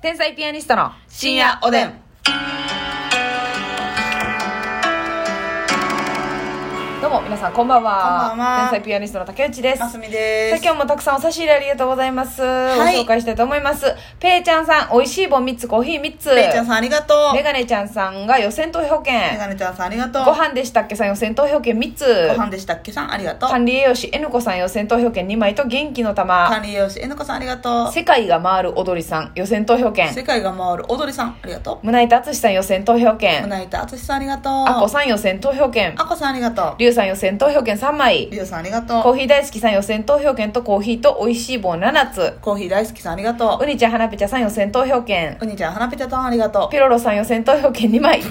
天才ピアニストの深夜おでん。どうも皆さんこんばんはこんばんは天才ピアニストの竹内ですますさみであす。今日もたくさんお差し入れありがとうございます、いご紹介したいと思いますペイちゃんさん美味しい棒3つコーヒー3つれいちゃんさんありがとう。メガネちゃんさんが予選投票メガ券ネちゃんさんありがとう。ご飯でしたっけさん予選投票券3つご飯でしたっけさんありがとう。管理栄養士 N 子さん予選投票券2枚と元気の玉管理栄養士えのこさんありがと世界が回る踊りさん予選投票う。世券界が回る踊りさんありがと胸板淳さん予選投票う。券胸板淳さんありがとう。あこさん予選投票券あこさんありがとりゅうさん予選投票券3う。枚りゅうさんありがコとーヒー大好きさん予選投票券とコーヒーと美味しい棒7つう。コーヒー大好きさんありがとうにちゃんはなぺちゃさん予選投票券う。うにちゃん、はなぺちゃさんありがとピロロさん予選投票券2枚う。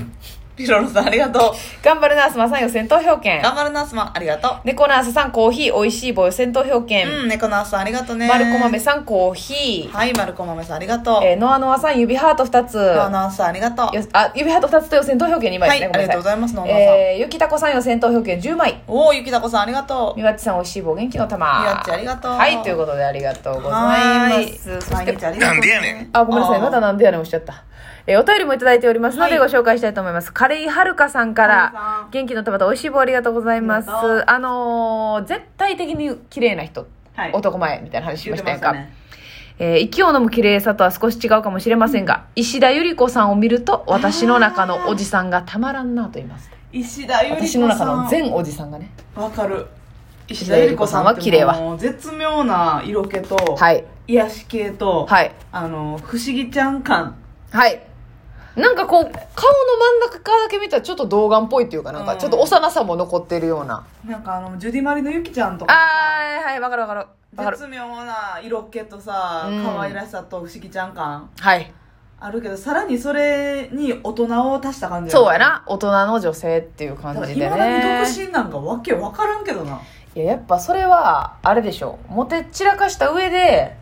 ピロロさんありがと頑張るナースマンさん予選投票う。券頑張るナースマンありがと猫ナースさんコーヒー美味しい棒予選投票う。券うん、猫ナースさんありがとうね。まるこまめさんコーヒはい、まるこまめさんありがとう。ー、えー、ノアノアさん指ハート2つノアナースさんありがとう。よあ指ハート2つと予選投票券2枚ですね、はいありがとうございますノノアノアアノアささんん、えー、ゆきたこさん予選投票券10枚おー、ゆきたこさんありがとう。みわっちさん美味しい棒元気の玉みわっちありがとうはいということでありがとうござはいーまいすそし毎て日ありがとなんう、ね。でやねんあ、ごめんなさい。あーまだなんでやねんおっしちゃった。えーお便りもいただいておりますので、はご紹介したいと思います。カレイはるかさんかはるからさ、ん元気の玉と美味しい棒ありがとうございます。ありがあのー絶対的に綺麗な人、はい男前みたいな話しましたやんか。言ってましえー息を飲む綺麗さとは少し違うかもしれませんが、石田ゆり子さんを見ると、私の中のおじさんがたまらんなと言います。たね石田ゆり子私さん。の中の全おじさんがね。わかる石田ゆり子さんは綺麗わもう絶妙な色気と、はい。癒し系と、はい。あの不思議ちゃん感はい。なんかこう、顔の真ん中からだけ見たらちょっと童顔っぽいっていうかなんか、うんちょっと幼さも残ってるような。なんかあのジュディ・マリのゆきちゃんとかあーはいわかるわかるわかる絶妙な色気とさうん可愛らしさと不思議ちゃん感はいあるけどさらにそれに大人を足した感じそうやな大人の女性っていうい感まだじにで独ね身なんかわけわからんけどないややっぱそれはあれでしょモテ散らかした上で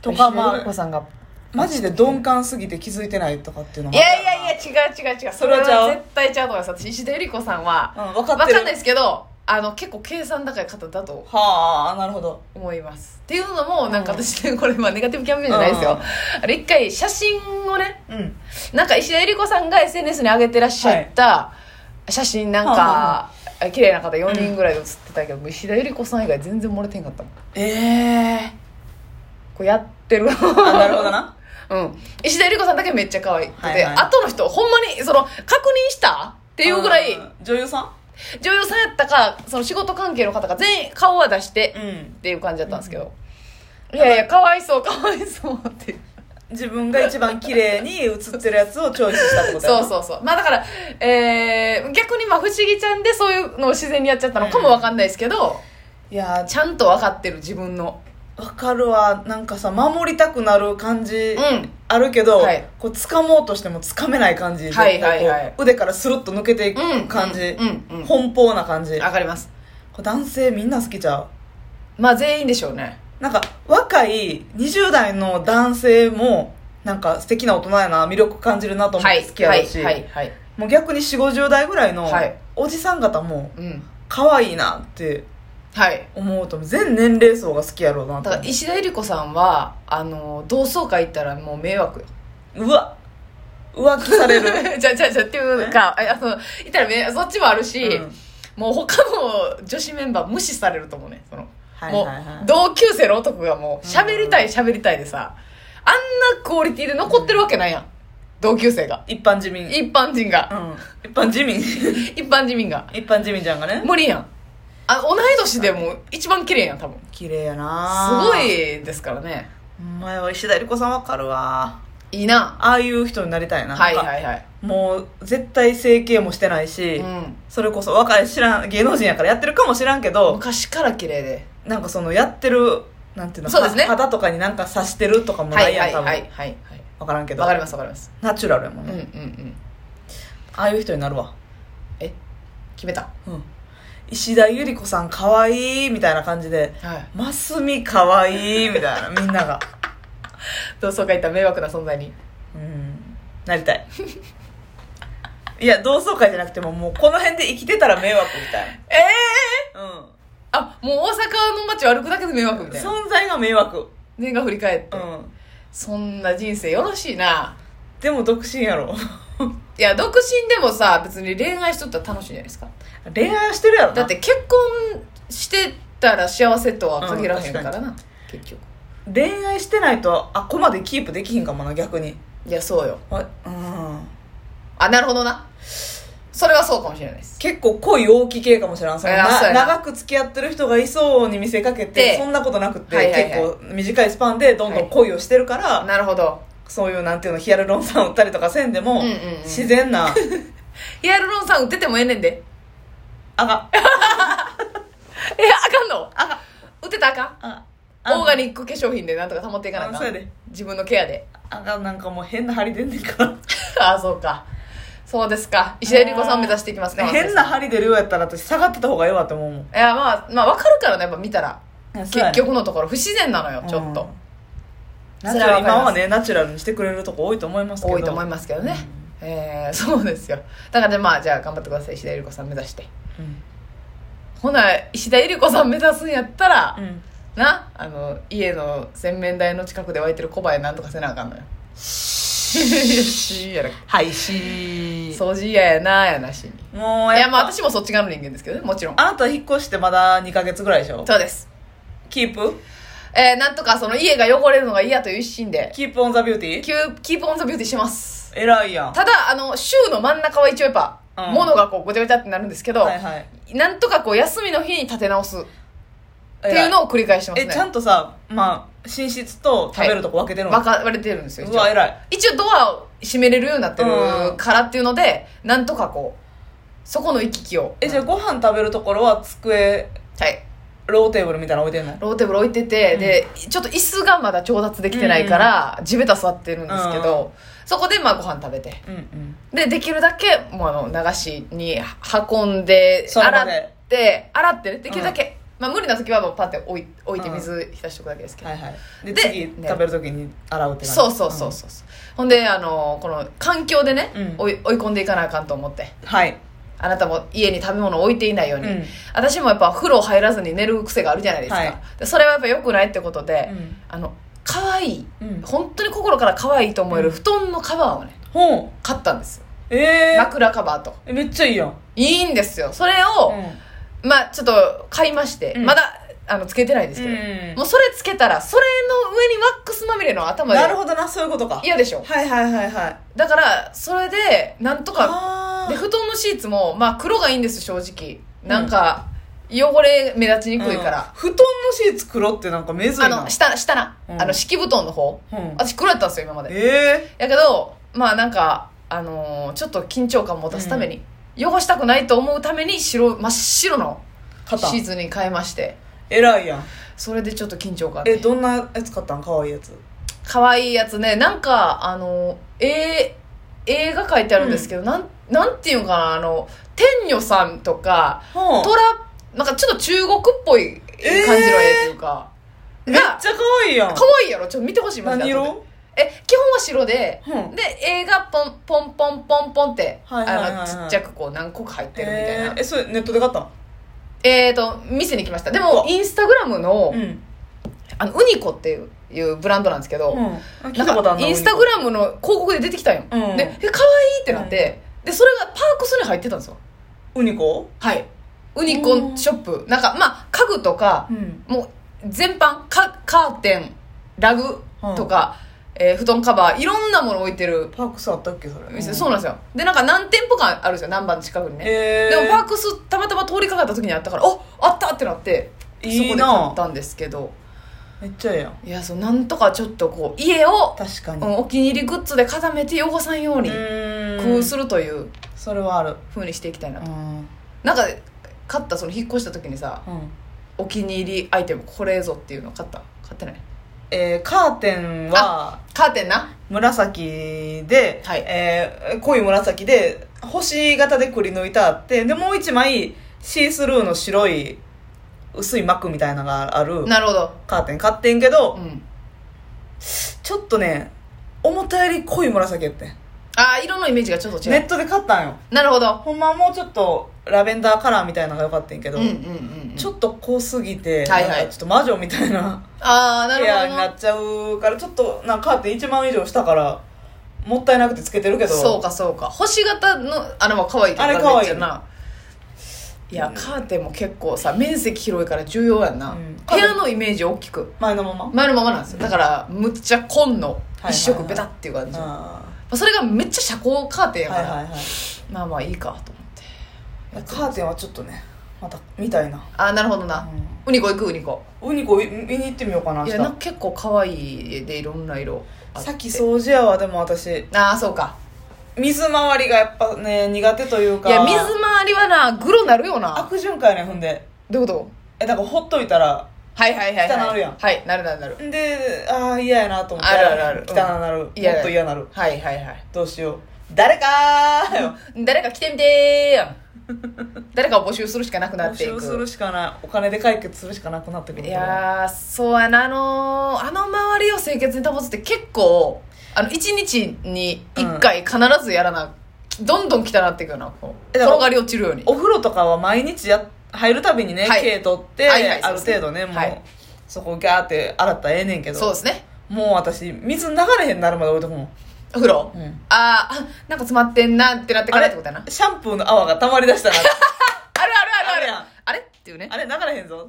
とか石田ゆまり子あさんがマジで鈍感すぎて気づいてないとかっていうのいもあるやいやいや違う違う違うそそれれはちゃうは絶対ちゃうと思います私石田ゆり子さんはうん分か分かってるんないですけどあの結構計算高い方だとはあなるほど思いますっていうのもなんか私ねこれまあネガティブキャンペーンじゃないですよあれ一回写真をねうんなんか石田ゆり子さんが SNS に上げてらっしゃった写真なんはあか、綺麗な方4人ぐらい写ってたけど、もう石田ゆり子さん以外全然漏れてんかったもんええーこうやってるあなるほ どな。うん石田ゆり子さんだけめっちゃ可愛くて、はいはい後の人ほんまにその確認したっていうぐらいあー。女優さ女優さんやったかその仕事関係の方が全員顔は出してんうんっ。ていう感じだったんですけど、いやいやかわいそうかわいそうって自分が一番綺麗に写ってるやつをチョイスしたってことやそなうそうそうまあだから、えー、逆にまあ不思議ちゃんでそういうのを自然にやっちゃったのかもわかんないですけど、いやちゃんと分かってる自分のーわかるわ。なんかさ、守りたくなる感じうんあるけど、はいこう掴もうとしても掴めない感じ。はいはいはいこう腕からスルッと抜けていく感じ。うんうんうん奔放な感じ。分かりますこう男性みんな好きちゃう。まあ全員でしょうねなんか若い20代の男性も、なんか素敵な大人やな、魅力感じるなと思っはてい好きやはろいし、はいはいもう逆に4、50代ぐらいのはいおじさん方も、うん可愛いなってはい思うと全年齢層が好きやろうなとだから石田ゆり子さんはあの同窓会行ったらもう迷 惑ようわ浮気さ れるじゃじゃじゃっていうかあの行ったらめそっちもあるし、うんもう他の女子メンバー無視されると思うねそのはいもはいはうい同級生の男がもう喋りたい喋りたいでさあんなクオリティで残ってるわけないやん同級生が一般市民一般人がうん一般市民 一般人民が一般市民ちゃんがね無理やんあ同い年でも一番綺麗やん多分綺麗やすなごいですからねお前は石田ゆり子さんわかるわいいなああいう人になりたいなはいなんかはいはいもう絶対整形もしてないし、うんそれこそ若い知らん芸能人やからやってるかもしらんけど昔から綺麗でなんかそのやってるなんていうのそうですねは肌とかになんか刺してるとかもはないいやはんい多は分、いはいはい分からんけどわかりますわかりますナチュラルやもんうんね、うんうんああいう人になるわえ決めたうん石田ゆり子さんかわいいみたいな感じではいますみかわいいみたいなみんなが同窓会行った迷惑な存在にうんなりた いいや同窓会じゃなくてももうこの辺で生きてたら迷惑みたいええなうんあもう大阪の街を歩くだけで迷惑みたいな存在が迷惑年が振り返ってうんそんな人生よろしいなでも独身やろいや独身でもさ別に恋愛しとったら楽しいんじゃないですか恋愛はしてるやろなだって結婚してたら幸せとは限らへんからな、結局恋愛してないとあここまでキープできひんかもな逆にいやそうよあうんあなるほどなそれはそうかもしれないです結構恋大きい系かもしれんそのいやそうなやな長く付き合ってる人がいそうに見せかけでてそんなことなくて、はいはいはい結構短いスパンでどんどん恋をしてるから、なるほどそういうなんていうのヒアルロン酸打ったりとかせんでも、うんうんうん自然 なヒアルロン酸打っててもええねんであがえあかんのあが打ってたらあかんあオーガニニック化粧品でなんとか保っていかなあかんあそうやで自分のケアで あがなんかもう変な針出んねんからああそうかそうですか石田ゆり子さんを目指していきますか変な針出るようやったら私下がってた方がええわって思うもんいやまあまあわかるからねやっぱ見たら結局局のところ不自然なのよちょっと、ナそチれはュラわかりますル今はねナチュラルにしてくれるとこ多いと思いますけど多いと思いますけどね、えー そうですよだからねまあじゃあ頑張ってください石田ゆり子さん目指してうんほな石田ゆり子さん目指すんやったら、うんなあの家の洗面台の近くで湧いてる小林なんとかせなあかんのよいやしやなはいし 掃除嫌やなやなしにもういややっまあぱ私もそっち側の人間ですけどねもちろんあなた引っ越してまだ2ヶ月ぐらいでしょそうですキープえー、なんとかその家が汚れるのが嫌という一心でキープオンザビューティーキューキープオンザビューティーしてます偉いやんただあの週の真ん中は一応やっぱ、うん物がこうごちゃごちゃってなるんですけど、はいはいっなんとかこう休みの日に立て直すっていうのを繰り返してますえねちゃんとさまあ寝室と食べるとこ分けてるの、分かれてるんですようわ偉い一応一応ドアを閉めれるようになってるうんからっていうので、なんとかこうそこの行き来をえじゃあご飯食べるところは机はいローテーブルみたいなの置いてんのローテーブル置いてて、うんでちょっと椅子がまだ調達できてないから、地べた座ってるんですけど、そこでまあご飯食べてうんうんでできるだけもうあの流しに運んでその洗場でって洗ってねできるだけ、まあ、無理な時はもうパッて置い置いてうん水浸しておくだけですけど、はいはいでで次ね食べるときに洗うって感じそうそうそうそうそう、ほんであのこの環境でね、うん追い追い込んでいかなあかんと思ってうんはいあなたも家に食べ物置いていないように、うん私もやっぱ風呂入らずに寝る癖があるじゃないですか、はいでそれはやっぱ良くないってことで、うんあの可愛い、うん本当に心から可愛いと思えるうん布団のカバーをねほん買ったんですよえー枕カバーとえめっちゃいいやんいいんですよそれを、まあちょっと買いまして、うんまだあのつけてないですけど、うんもうそれつけたらそれの上にワックスまみれの頭でなるほどなそういうことか嫌でしょはいはいはいはいだからそれでなんとかあでー布団のシーツもまあ黒がいいんです正直なんか、汚れ目立ちにくいから、うん布団のシーツ黒ってなんか珍しいあなの下下な、うんあの敷布団の方うん私黒やったんですよ今までえやけどまあなんかあのーちょっと緊張感を持たすために、汚したくないと思うために白真っ白のー、肩シーツに変えまして偉いやんそれでちょっと緊張感えどんなやつ買ったん可愛いやつ可愛いやつねなんかあのえー映画書いてあるんですけど、なんなんていうのかなあの天女さんとかほトラなんかちょっと中国っぽい感じの絵っていうか、めっがちゃ可愛いやん可愛いやろちょっと見てほしいマジ何で後で色え基本は白で、うんで映画ポンポンポンポンポンって、はいはいはいはいあのちっちゃくこう何個か入ってるみたいえなーえそれネットで買ったのえー、と店に来ましたでうもわインスタグラムの,、んあのウニコっていういうブランドなんですけど、うんあ聞いたなこんとあかるインスタグラムの広告で出てきたんよ、うんでえ可愛いってなって、でそれがパークスに入ってたんですよウニコはいウニコンショップなんかまあ家具とかう、んもう全般かカーテンラグとか、えー布団カバーいろんなもの置いてるパークスあったっけそれ店、そうなんですよでなんか何店舗かあるんですよ難波の近くにね、えでもパーククスたまたま通りかかった時にあったからおあったってなってそいこでい買なったんですけどめっちゃええやんいやそうなんとかちょっとこう家を確かうんにお気に入りグッズで固めて汚さんようにー工夫するというそれはある風にしていきたいなと、んなんか買ったその引っ越した時にさうんお気に入りアイテムこれぞっていうの買った買ってないえーカーテンはカーテンな紫で、はいえー濃い紫で星型でくり抜いてあってでもう一枚シースルーの白い薄い膜みたいなのがあるなるほどカーテン買ってんけど、うんちょっとね思ったより濃い紫やってんああ色のイメージがちょっと違う、ネットで買ったんよなるほどほんまはもうちょっとラベンダーカラーみたいなのが良かったんやけうど、んうんうんうんちょっと濃すぎて、はいはいなんかちょっと魔女みたいなああな部る屋にほなどっちゃうからちょっとなんかカーテン1万以上したからもったいなくてつけてるけどそうかそうか星型のあれは可愛いけどあれ可愛いめっちゃないやカーテンも結構さ面積広いから重要やんな、うん部屋のイメージ大きく前のまま前のままなんですよだからむっちゃ紺のはいはい一色ベタっていう感じ、あまあそれがめっちゃ遮光カーテンーやかはら、いはいはいまあまあいいかと思ってカーテンはちょっとねまた見たいな、ああなるほどな、ウニコ行くウニコうん、ウニコ見見に行ってみようかない明やな日んか結構可愛いでいろんな色あってさっき掃除屋はでも私ああそうか水回りがやっぱね苦手といういかや水回りはなグロなるよな悪循環やねんほんでどういうことえだからほっといたらはいはいはい汚なはるいやんはいなるなるなるでああ嫌やなと思ってあるあるある汚なる、嫌やもっと嫌なるはいはいはいどうしよう誰かーよ誰か来てみてーやん 誰かを募集するしかなくなってい募集するくしかないお金で解決するしかなくなってくるいやーそうやなあのーあの周りを清潔に保つって結構あの1日に1回必ずやらな、どんどん汚なっていくよなこうえだから転がり落ちるようにお風呂とかは毎日や入るたびにね、はい毛取って、はいはいある程度ねそうですもう、ねはいそこギャーって洗ったらええねんけどそうですねもう私水流れへんなるまで置いとくもん、お風呂、うんあーあなんか詰まってんなってなってからってことやなあるシャンプーの泡が溜まりだしたらあ るあるああるるやんあれっていうねあれ流れへんぞう、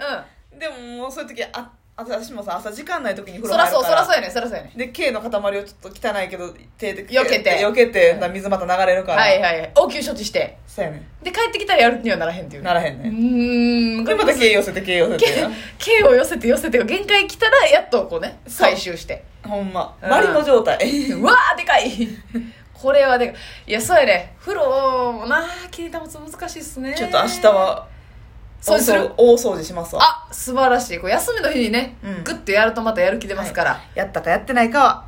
んでももうそういう時あ私もさ朝時間ない時に風そ呂入らるかそらうそらそうやねそらそうやねで毛の塊をちょっと汚いけど手で避けて避けて水また流れるから、はいはい応急処置してそうやねで帰ってきたらやるにはならへんっていうんねならへんうね、ーんでまた毛寄せて毛寄せてけ刑を寄せて寄せて限界来たらやっとこうねそう回収してほんまうんマリモ状 態うわーでか いこれはでかいいやそうやね風呂もな切り保つ難しいっすねちょっと明日はそうする大掃除しますわあ素晴らしいこう休みの日にね、うんグッとやるとまたやる気出ますから、やったかやってないかは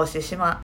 お教えしま